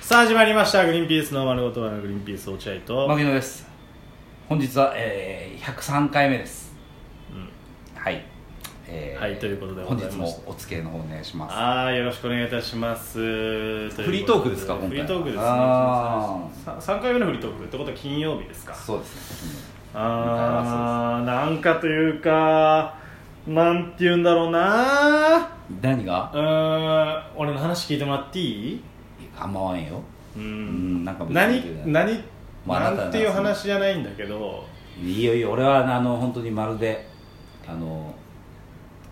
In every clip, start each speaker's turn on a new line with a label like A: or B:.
A: さあ始まりましたグリーンピースの丸ごとバナナグリーンピース落合と、
B: 牧野です本日は、えー、103回目です
A: うん
B: はい、え
A: はいということでご
B: 本
A: ざいま
B: 日
A: す
B: もお付き合いの方お願いします
A: ああよろしくお願いいたしますフ
B: フリートークですか今
A: フ
B: 回
A: リートークですね
B: あー
A: さ三回目のフリートークってことは金曜日ですか
B: そうですね
A: ああなんかというかなんて言うんだろうな
B: 何が
A: うーん俺の話聞いてもらっていい
B: あんま合わんよ
A: う
B: うんんなんか別に
A: 何何、
B: まああなた
A: な
B: が
A: んていう話じゃないんだけど
B: いいよいいよ俺はあの本当にまるであの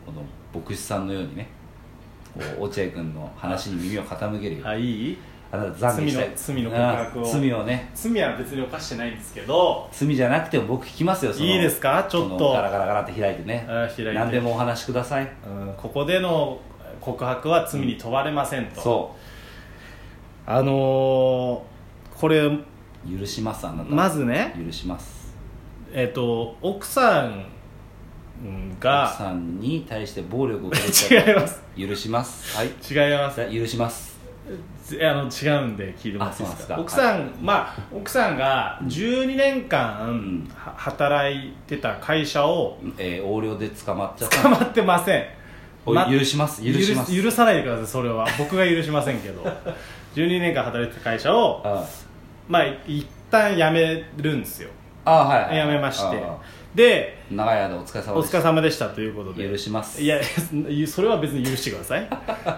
B: この牧師さんのようにねこ う落合君の話に耳を傾けるよ、
A: あいい
B: あなた懺悔したい
A: 罪の罪の告白を
B: あ罪をね
A: 罪は別に犯してないんですけど
B: 罪じゃなくても僕聞きますよその
A: いいですかちょっと
B: そのガラガラガラって開いてね
A: あ開いて
B: 何でもお話しください
A: うんここでの告白は罪に問われませんと、
B: そ
A: あのーこれ
B: う許しますあなた
A: まずね、
B: 許します
A: えっと奥さん
B: 奥
A: が
B: さんに対して暴力をかけ
A: 違います
B: 許しますはい
A: 違います
B: さあ許します
A: ぜあの違うんで聞いてもらっていい
B: あそうなん
A: で
B: ですす
A: か
B: か
A: 奥さん、まあ奥さんが12年間、
B: ん
A: は働いてた会社を
B: えー横領で捕まっちゃっ
A: 捕
B: た
A: まってません、
B: お
A: ま
B: 許します許します
A: 許す許さないでくださいそれは僕が許しません けど12年間働いてた会社を
B: あ
A: まあ一旦辞めるんですよ
B: あはい
A: 辞めまして
B: あ
A: で
B: あ長い間お疲れ様
A: お
B: でし
A: 疲れ様でしたということで
B: た許します
A: いやいやそれは別に許してくださ い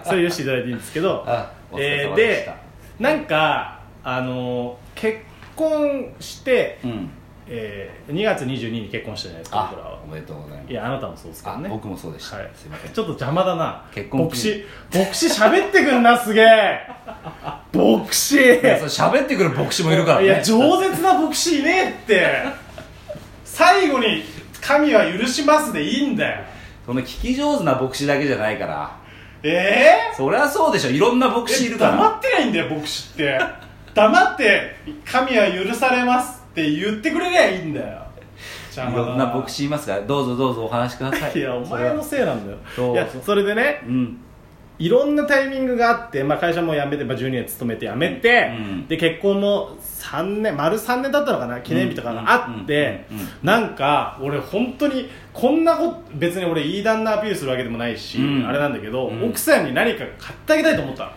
A: それ許していただいていいんですけど
B: あお疲れ
A: えー
B: 様でし
A: で
B: た、
A: なんかあの結婚して、
B: うん
A: えー2月22日に結婚したじゃないですか僕ら
B: あ
A: は
B: おめでとうございます
A: いやあなたもそうですから
B: あ
A: ね
B: 僕もそうでした
A: はい、
B: すいません
A: ちょっと邪魔だな
B: 結婚
A: 牧
B: 記
A: 師牧師喋ってくんなすげえ牧師
B: いやそれ喋ってくる牧師もいるからね
A: いや饒舌な牧師いねえって最後に「神は許します」でいいんだよ
B: その聞き上手な牧師だけじゃないから
A: え
B: そりゃそうでしょいろんな牧
A: ー、
B: 師い
A: え
B: るから
A: 黙ってないんだよ牧師って黙って「神は許されます」って言ってくれりゃいいんだよ邪
B: い
A: 魔だ
B: ろんな牧師いますからどうぞどうぞお話しください
A: いやお前の
B: そ
A: せいなんだよ
B: そう
A: いやそれでね
B: れはうん
A: いろんなタイミングがあって、まあ、会社も辞めて、まあ、12年勤めて辞めて、
B: うん
A: で結婚も3年丸3年だったのかな記念日とかがあって、
B: うんうんうん
A: なんか俺本当にこんなこと別に俺いい旦那アピールするわけでもないし、
B: うん
A: あれなんだけど、
B: うん
A: 奥さんに何か買ってあげたいと思ったの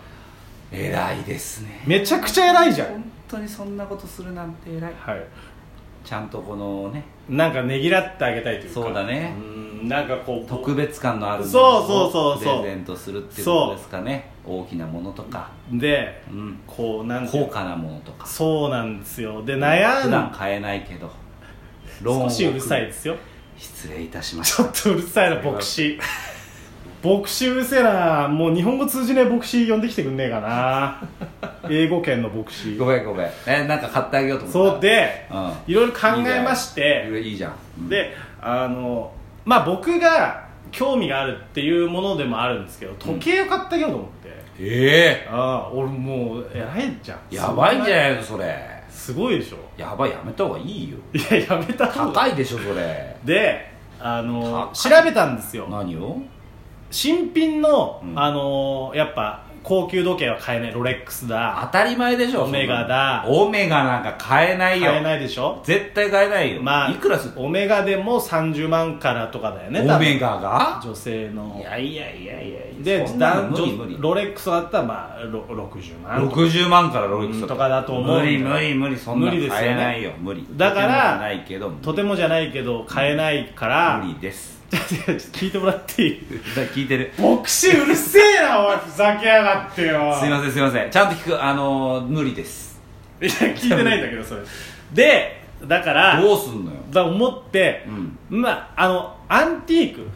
B: 偉いですね
A: めちゃくちゃ偉いじゃん、
B: 本当にそんなことするなんて偉い
A: はい、
B: ちゃんとこのね
A: なんかねぎらってあげたいというか
B: そうだね
A: うんなんかこう
B: 特別感のあるも
A: そうそうそうそう
B: プレゼントするっていうことですかね大きなものとか、
A: で
B: うん、
A: こうなんていう
B: 高
A: の
B: 価なものとか
A: そうなんですよで悩
B: 普
A: ん
B: 段買えないけどローンを
A: 少しうるさいですよ
B: 失礼いたしまし
A: ちょ
B: た
A: っとうるさいな牧師牧師うるせえなもう日本語通じねえ牧師呼んできてくんねえかな英語圏の牧師
B: ごめんごめんえなんか買ってあげようと思った
A: そうで
B: うん
A: いろいろ考えまして
B: いいじゃんうん
A: であのまあ僕が興味があるっていうものでもあるんですけど時計を買ってあげようと思って、
B: え
A: ああ俺もう偉いじゃん
B: えやばいんじゃ
A: い
B: ないのそれ
A: すごいでしょ
B: やばいやめた方がいいよ
A: いややめた方が
B: 高いでしょそれ
A: であの調
B: 高い
A: べたんですよ
B: 何を
A: 新品の、
B: うん
A: あのーやっぱ高級時計は買えないロレックス
B: 当
A: だ
B: たり前でしょ
A: オメガだ
B: そんなのオメガなんか買えな
A: 買
B: いよ
A: えないでしょ
B: 絶対買えないよ
A: まあ
B: いくらする
A: オメガでも30万からとかだよね
B: オメ
A: ガ
B: ガが
A: 女性の
B: いやいやいやいや
A: で
B: そんなの
A: 男
B: 無理無理
A: 女ロレックスだったらまあろ60万
B: 60万からロレックス
A: とかだと思う
B: 無理無理無理そんな
A: 無理
B: の
A: ですよ
B: 買
A: ね
B: えないよ無理
A: だから
B: とてもじゃないけど無理
A: とてもじゃないけど買えないから、
B: 無理です
A: 聞いてもらっていい
B: だ聞いてる
A: 牧師うるせえなおいふざけやがってよ
B: すいませんすいませんちゃんと聞くあのー無理です
A: いや聞いてないんだけどそれでだから
B: どうすんのよ
A: だ思って、
B: うん
A: まああのアンティーク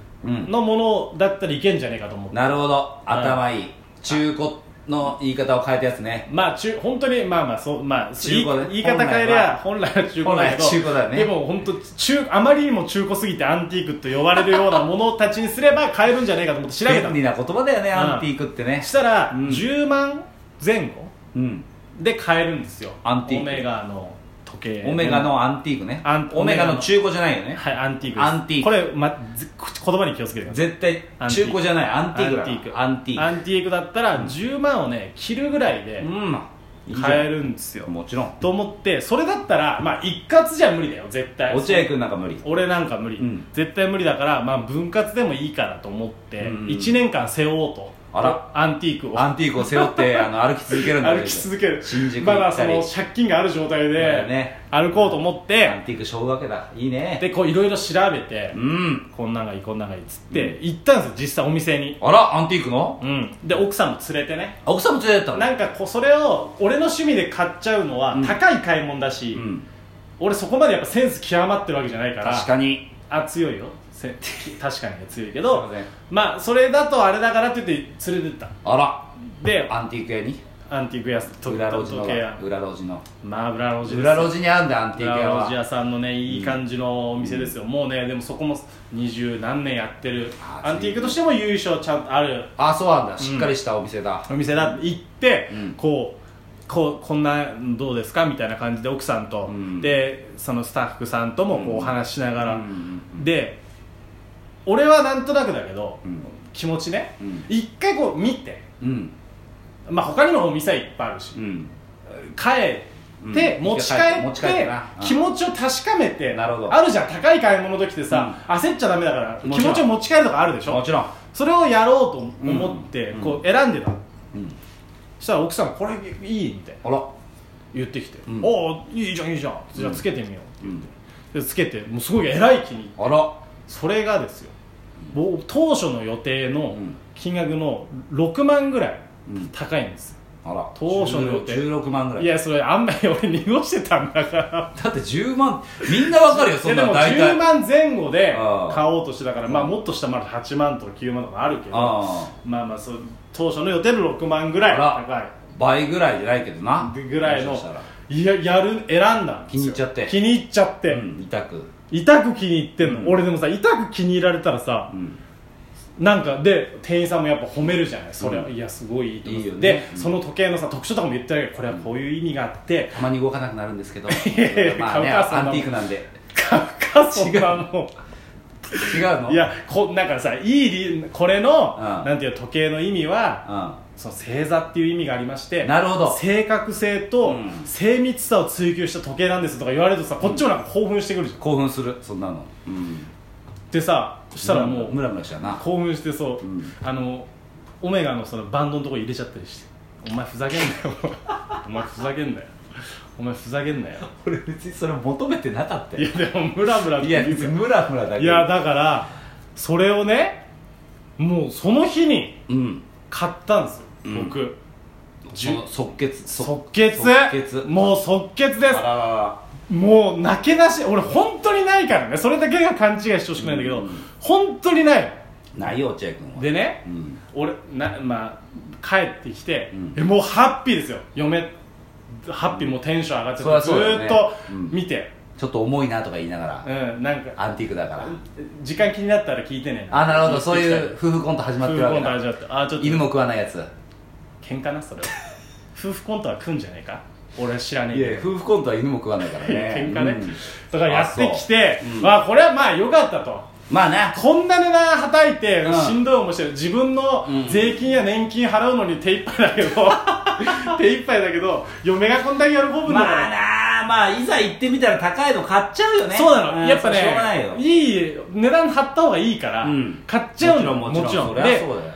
A: のものだったらいけんじゃねえかと思って、
B: なるほど頭いい中古の言い方を変えたやつね
A: まあ中本当にまあまあそうまあ
B: 中古ね
A: 言い言い方変えりゃ本来は中古だけど
B: 本来は中古だよね
A: でも本当中あまりにも中古すぎてアンティークと呼ばれるようなものたちにすれば買えるんじゃねえかと思って調べた
B: 便
A: の
B: 利な言葉だよね
A: うん
B: アンティークってね
A: そしたら、
B: うん
A: 10万前後
B: うん
A: で買えるんですよ
B: アンティーク
A: オメガの時計
B: オメガのアンティークね
A: アン
B: オメガの中古じゃないよね
A: はいアンティークです
B: アンティーク
A: これ、ま、ず言葉に気をつけてください
B: 絶対
A: アンティーク
B: 中古じゃないアンティークだ
A: アンティーク
B: アンティーク
A: アンティークだったら10万をね切るぐらいで
B: うんいいじゃん
A: 買えるんですよ
B: もちろん
A: と思ってそれだったらまあ一括じゃ無理だよ絶対
B: 落合君なんか無理
A: 俺なんか無理、
B: うん
A: 絶対無理だから、まあ、分割でもいいかなと思って、
B: うんうん
A: 1年間背負おうと
B: あら
A: アンティークを
B: アンティークを背負っ てあの歩き続けるんだ
A: 歩き続ける
B: 新宿行ったり
A: まだその借金がある状態
B: だよ
A: で
B: ね
A: 歩こうと思って、
B: アンティーク小学けだいいね
A: でこういろいろ調べて、
B: うん
A: こんなんがいいこんなんがいいっつって、行ったんですよ実際お店に、
B: あらアンティークの
A: うん、で奥さんも連れてね
B: あ奥さんも連れてったの
A: なんかこうそれを俺の趣味で買っちゃうのは
B: うん
A: 高い買い物だし、
B: うん
A: 俺そこまでやっぱセンス極まってるわけじゃないから
B: 確かに
A: あ強いよせ 確かにね強いけ
B: すい
A: ど
B: ません
A: まあそれだとあれだからって言って連れてった
B: あら
A: で
B: アンティーク屋に
A: アンティーク屋さんと
B: 裏路地の
A: 時計屋
B: 裏路地の
A: まあ裏路地です
B: 裏路地にあんだアンティーク屋
A: 裏路地
B: は
A: 屋さんのねいい感じのお店ですよ、もうねでもそこも二十何年やってる
B: あー
A: アンティークとしても優勝ちゃんとある
B: あそうなんだしっかりしたお店だ
A: お店だ行って、
B: うん
A: こうこうこんなどうですかみたいな感じで奥さんと、
B: うん
A: でそのスタッフさんともこ
B: う
A: うんお話ししながら、
B: うんうん
A: で俺はなんとなくだけど、
B: うん
A: 気持ちね、
B: うん
A: 一回こう見て、
B: うん
A: まあ、他にもお店はいっぱいあるし、
B: うん
A: 帰って、
B: うん
A: 持ち帰
B: 持
A: っ
B: ち
A: て
B: 帰ってなうん
A: 気持ちを確かめて
B: なるほど
A: あるじゃん高い買い物の時ってさ、焦っちゃダメだから
B: も
A: 気
B: ちろん
A: 持ちを持ち帰るとかあるでし
B: も
A: ょ
B: ちろん
A: それをやろうと思って、
B: うん
A: こう選んでたの
B: うん
A: そしたら奥さんがこれいいみたいな
B: あら
A: 言ってきて「
B: うん
A: おおいいじゃんいいじゃん」じゃあつけてみよ
B: うん
A: うでつけてもうすごい偉い気に
B: あら
A: それがですよ僕当初の予定の
B: うん
A: 金額の6万ぐらい
B: うん
A: 高いんですよ
B: あら
A: 当初の予定
B: 16万ぐらい
A: いやそれあんまり俺濁してたんだから
B: だって10万みんなわかるよそ
A: いや
B: ん
A: で
B: なの
A: も
B: 大
A: 10
B: 体
A: 万前後で
B: ああ
A: 買おうとしてたからまあもっと下まで8万とか9万とかあるけど
B: あ
A: まあまあそう当初の予定の6万ぐらい
B: あら
A: 高い
B: あ倍ぐらいじゃないけどな
A: ぐらいの
B: もしかしたら
A: いややる選んだんですよ
B: 気に入っちゃって
A: 気に入っちゃって、
B: うん痛く
A: 痛く気に入ってんの、
B: うん
A: 俺でもさ痛く気に入られたらさ
B: うん
A: なんかで店員さんもやっぱ褒めるじゃないそれは、
B: うん
A: いやすごいいいと思う
B: いいよね
A: で、
B: うん
A: その時計のさ特徴とかも言ってるけどこれはこういう意味があって、
B: たまに動かなくなるんですけど
A: やいや
B: まあね
A: 顔出すの
B: アンティークなんで
A: カフカソがも
B: 違うの
A: ういやこなんかさいい理これの、
B: うん
A: なんていうの時計の意味は
B: う
A: その正座っていう意味がありまして
B: んなるほど
A: 正確性と
B: うん
A: 精密さを追求した時計なんですとか言われるとさこっちもなんか興奮してくるじゃん
B: 興奮するそんなのうん
A: でさそしたらもう
B: ムラムラしちゃうな
A: 興奮してそう、
B: うん
A: あのオメガのそのバンドのとこ入れちゃったりして「お前ふざけ んなよお前ふざけんなよお前ふざけんなよ
B: 俺別にそれ求めてなかった
A: いやでもムラムラって
B: いや
A: 言う
B: 別
A: か
B: にムラムラだけ
A: ら
B: ど
A: いやだからそれをねもうその日に
B: うん
A: 買ったんですよ、
B: うん
A: 僕
B: その即決即
A: 即決
B: 即決
A: もう即決で
B: あ
A: す
B: ららら
A: もう泣けなし俺本当にないからねそれだけが勘違いしてほしくないんだけど、
B: うん
A: 本当にない
B: ないよ落合君は
A: でね
B: うん
A: 俺な、まあ、帰ってきて、
B: うん
A: えもうハッピーですよ嫁ハッピーもうテンション上がっち
B: そり
A: ゃ
B: ゃ
A: って、
B: そうだよ
A: ずー
B: ね
A: っと
B: うん
A: 見て、
B: ちょっと重いなとか言いなが
A: う
B: ら
A: んなんか
B: アンティークだから
A: 時間気になったら聞いてね
B: あなるほどそうい
A: 聞いうてき
B: 夫婦コント始
A: た
B: まっ
A: 夫婦
B: てるわ
A: コ
B: け
A: ント
B: だ
A: 始まってあーちょっと
B: 犬も食わないやつ
A: 喧嘩なそれは夫婦コントは来んじゃねえか俺は知らね
B: い
A: え
B: や
A: けど
B: 夫婦コントは犬も食わないからね
A: 喧嘩ね、
B: うん
A: だからやってきて
B: あそううん
A: まあこれはまあ良かったと
B: まあね
A: こんな値段はたいて
B: うん
A: しんどい思いしてる自分の
B: うん
A: 税金や年金払うのに手一杯だけ ど手一杯だけど嫁がこんだけ喜ぶんだから、
B: まあなまあいざ行ってみたら高いの買っちゃうよね
A: そうなの、
B: ん
A: やっぱ
B: しょうがないよ
A: ねいい値段張った方がいいから、
B: うん
A: 買っちゃうの
B: もちろんもちろんそりゃ
A: で
B: そうだよ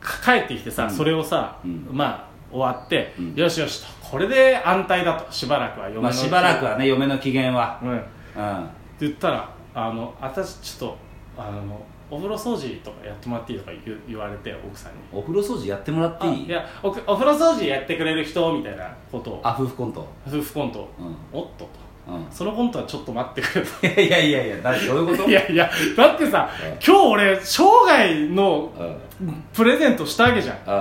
A: か帰ってきてさ、
B: うん
A: それをさ、
B: うん
A: まあ終わって、
B: うん
A: よしよしとこれで安泰だとしばらくは嫁の、
B: まあしばらくはね嫁の機嫌は
A: うんって
B: うん
A: 言ったらあの私ちょっとあのお風呂掃除とかやってもらっていいとか言う言われて奥さんに
B: お風呂掃除やってもらってい
A: あ
B: い
A: やおお風呂掃除やってくれる人みたいなことを
B: あ夫婦コント
A: 夫婦コントを、
B: うん
A: おっとと
B: うん
A: そのコントはちょっと待ってくれと
B: いやいやいやいやだどういうこと
A: いやいやだってさ
B: うん
A: 今日俺生涯の
B: うんうん
A: プレゼントしたわけじゃん今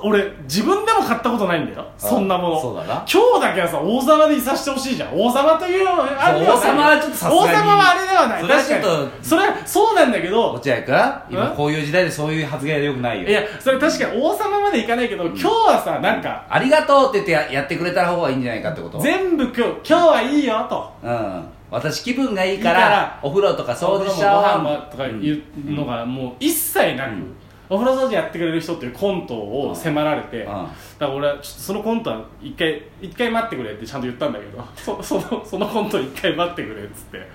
A: 日俺自分でも買ったことないんだよそんなもの
B: そうだな
A: 今日だけはさ王様でいさせてほしいじゃん王様というあれではない
B: 王様はちょっとさすがに
A: 王様はあれではない
B: それはちょっと
A: 確かにそれはそうなんだけど
B: 落合君今
A: うん
B: こういう時代でそういう発言はよくないよ
A: いやそれ確かに王様までいかないけど、今日はさなんか
B: ありがとうって言ってややってくれた方がいいんじゃないかってこと
A: 全部今日今日はいいよと
B: うん私気分がいいか
A: いいからら
B: お風呂とか掃除しち
A: お
B: ゃおう
A: 風呂もご飯もとかいうのがもう一切なく、
B: うん
A: アフロサージやってくれる人っていうコントを迫られて、だから俺はちょっとそのコントは一回一回待ってくれってちゃんと言ったんだけど そそのそのコント一回待ってくれっつって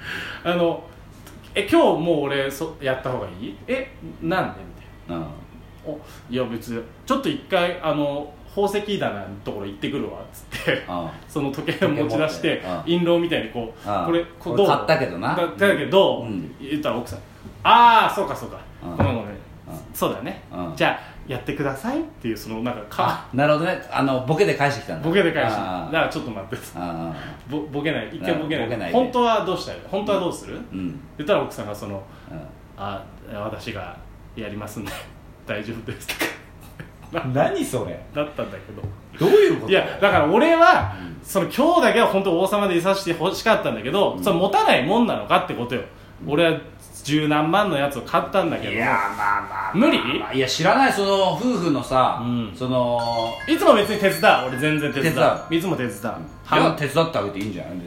A: あのえ今日もう俺そやった方がいいえなんでみたいな
B: うんうん
A: おいや別にちょっと一回あの宝石棚のところ行ってくるわっつって
B: うん
A: その時計を持ち出して
B: うん
A: 印籠みたいにこう
B: うん
A: これこ
B: 俺
A: どう
B: 買ったけどな
A: だだけど、
B: うん
A: 言ったら奥さんああそうかそうか
B: うん
A: ごめんごめん
B: ん
A: そうだね
B: うん
A: じゃあやってくださいっていうそのなんかか
B: あなるほどねあのボケで返してきたんだ
A: ボケで返してだ
B: あ
A: か
B: ー
A: らちょっと待って
B: あ
A: ぼボケない一回ボケない
B: ボケないで
A: 本当はどうしたい本当はどうする、
B: ーうんうん
A: 言ったら奥さんがそのあ私がやりますんで大丈夫ですとか
B: 何それ
A: だったんだけど
B: どういうこと
A: いやだから俺は、
B: う
A: その今日だけは本当王様でいさせてほしかったんだけど、
B: うん
A: それ持たないもんなのかってことよ、俺は十何万のやつを買ったんだけど
B: いやまあまあまあ
A: 無理
B: まあいや知らないその夫婦のさ、
A: うん
B: その
A: いつも別に手伝う俺全然手伝う
B: 手伝
A: いつも手伝う、
B: い
A: 半
B: や手伝ってあげていいんじゃない別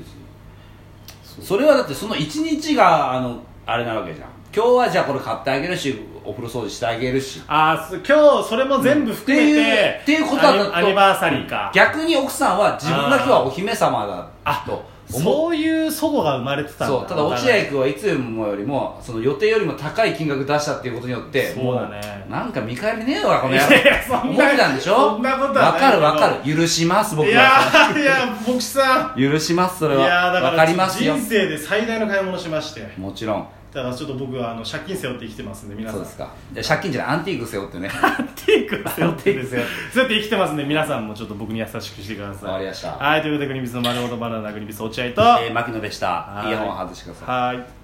B: にそれはだってその一日があのあれなわけじゃん今日はじゃあこれ買ってあげるしお風呂掃除してあげるし
A: あーす今日それも全部含めて、
B: っていうっていうことはだと
A: アニアニバーサリーか、
B: 逆に奥さんは自分が今日はお姫様だ
A: あ
B: と思う
A: そういう祖母が生まれてたんだ
B: そうただ落合君はいつもよりもその予定よりも高い金額出したっていうことによって
A: そうだね
B: もうなんか見返りねえわこの野
A: いやいやそんな
B: 郎思ってたんでしょ
A: そんなことはない
B: わ
A: けど
B: かるわかる許します僕
A: いや
B: は
A: ーいや牧師さ
B: 許しますそ
A: ん
B: れ
A: いやーだ
B: は
A: か
B: わ
A: ら
B: かりますよ
A: 人生で最大の買い物しまして
B: もちろん
A: だからちょっと僕はあの借金背負って生きてますんで皆さ
B: そ
A: ん
B: うですかじゃあ借金じゃないアンティーク背負ってね
A: テイク背負ってるんですよ
B: テイ
A: そうやって生きてますんで皆さんもちょっと僕に優しくしてください
B: わかりました
A: はいということでグリビスの丸ごとバナナグリビス落合と
B: えー、牧野でした
A: い
B: イヤホン外してください
A: はい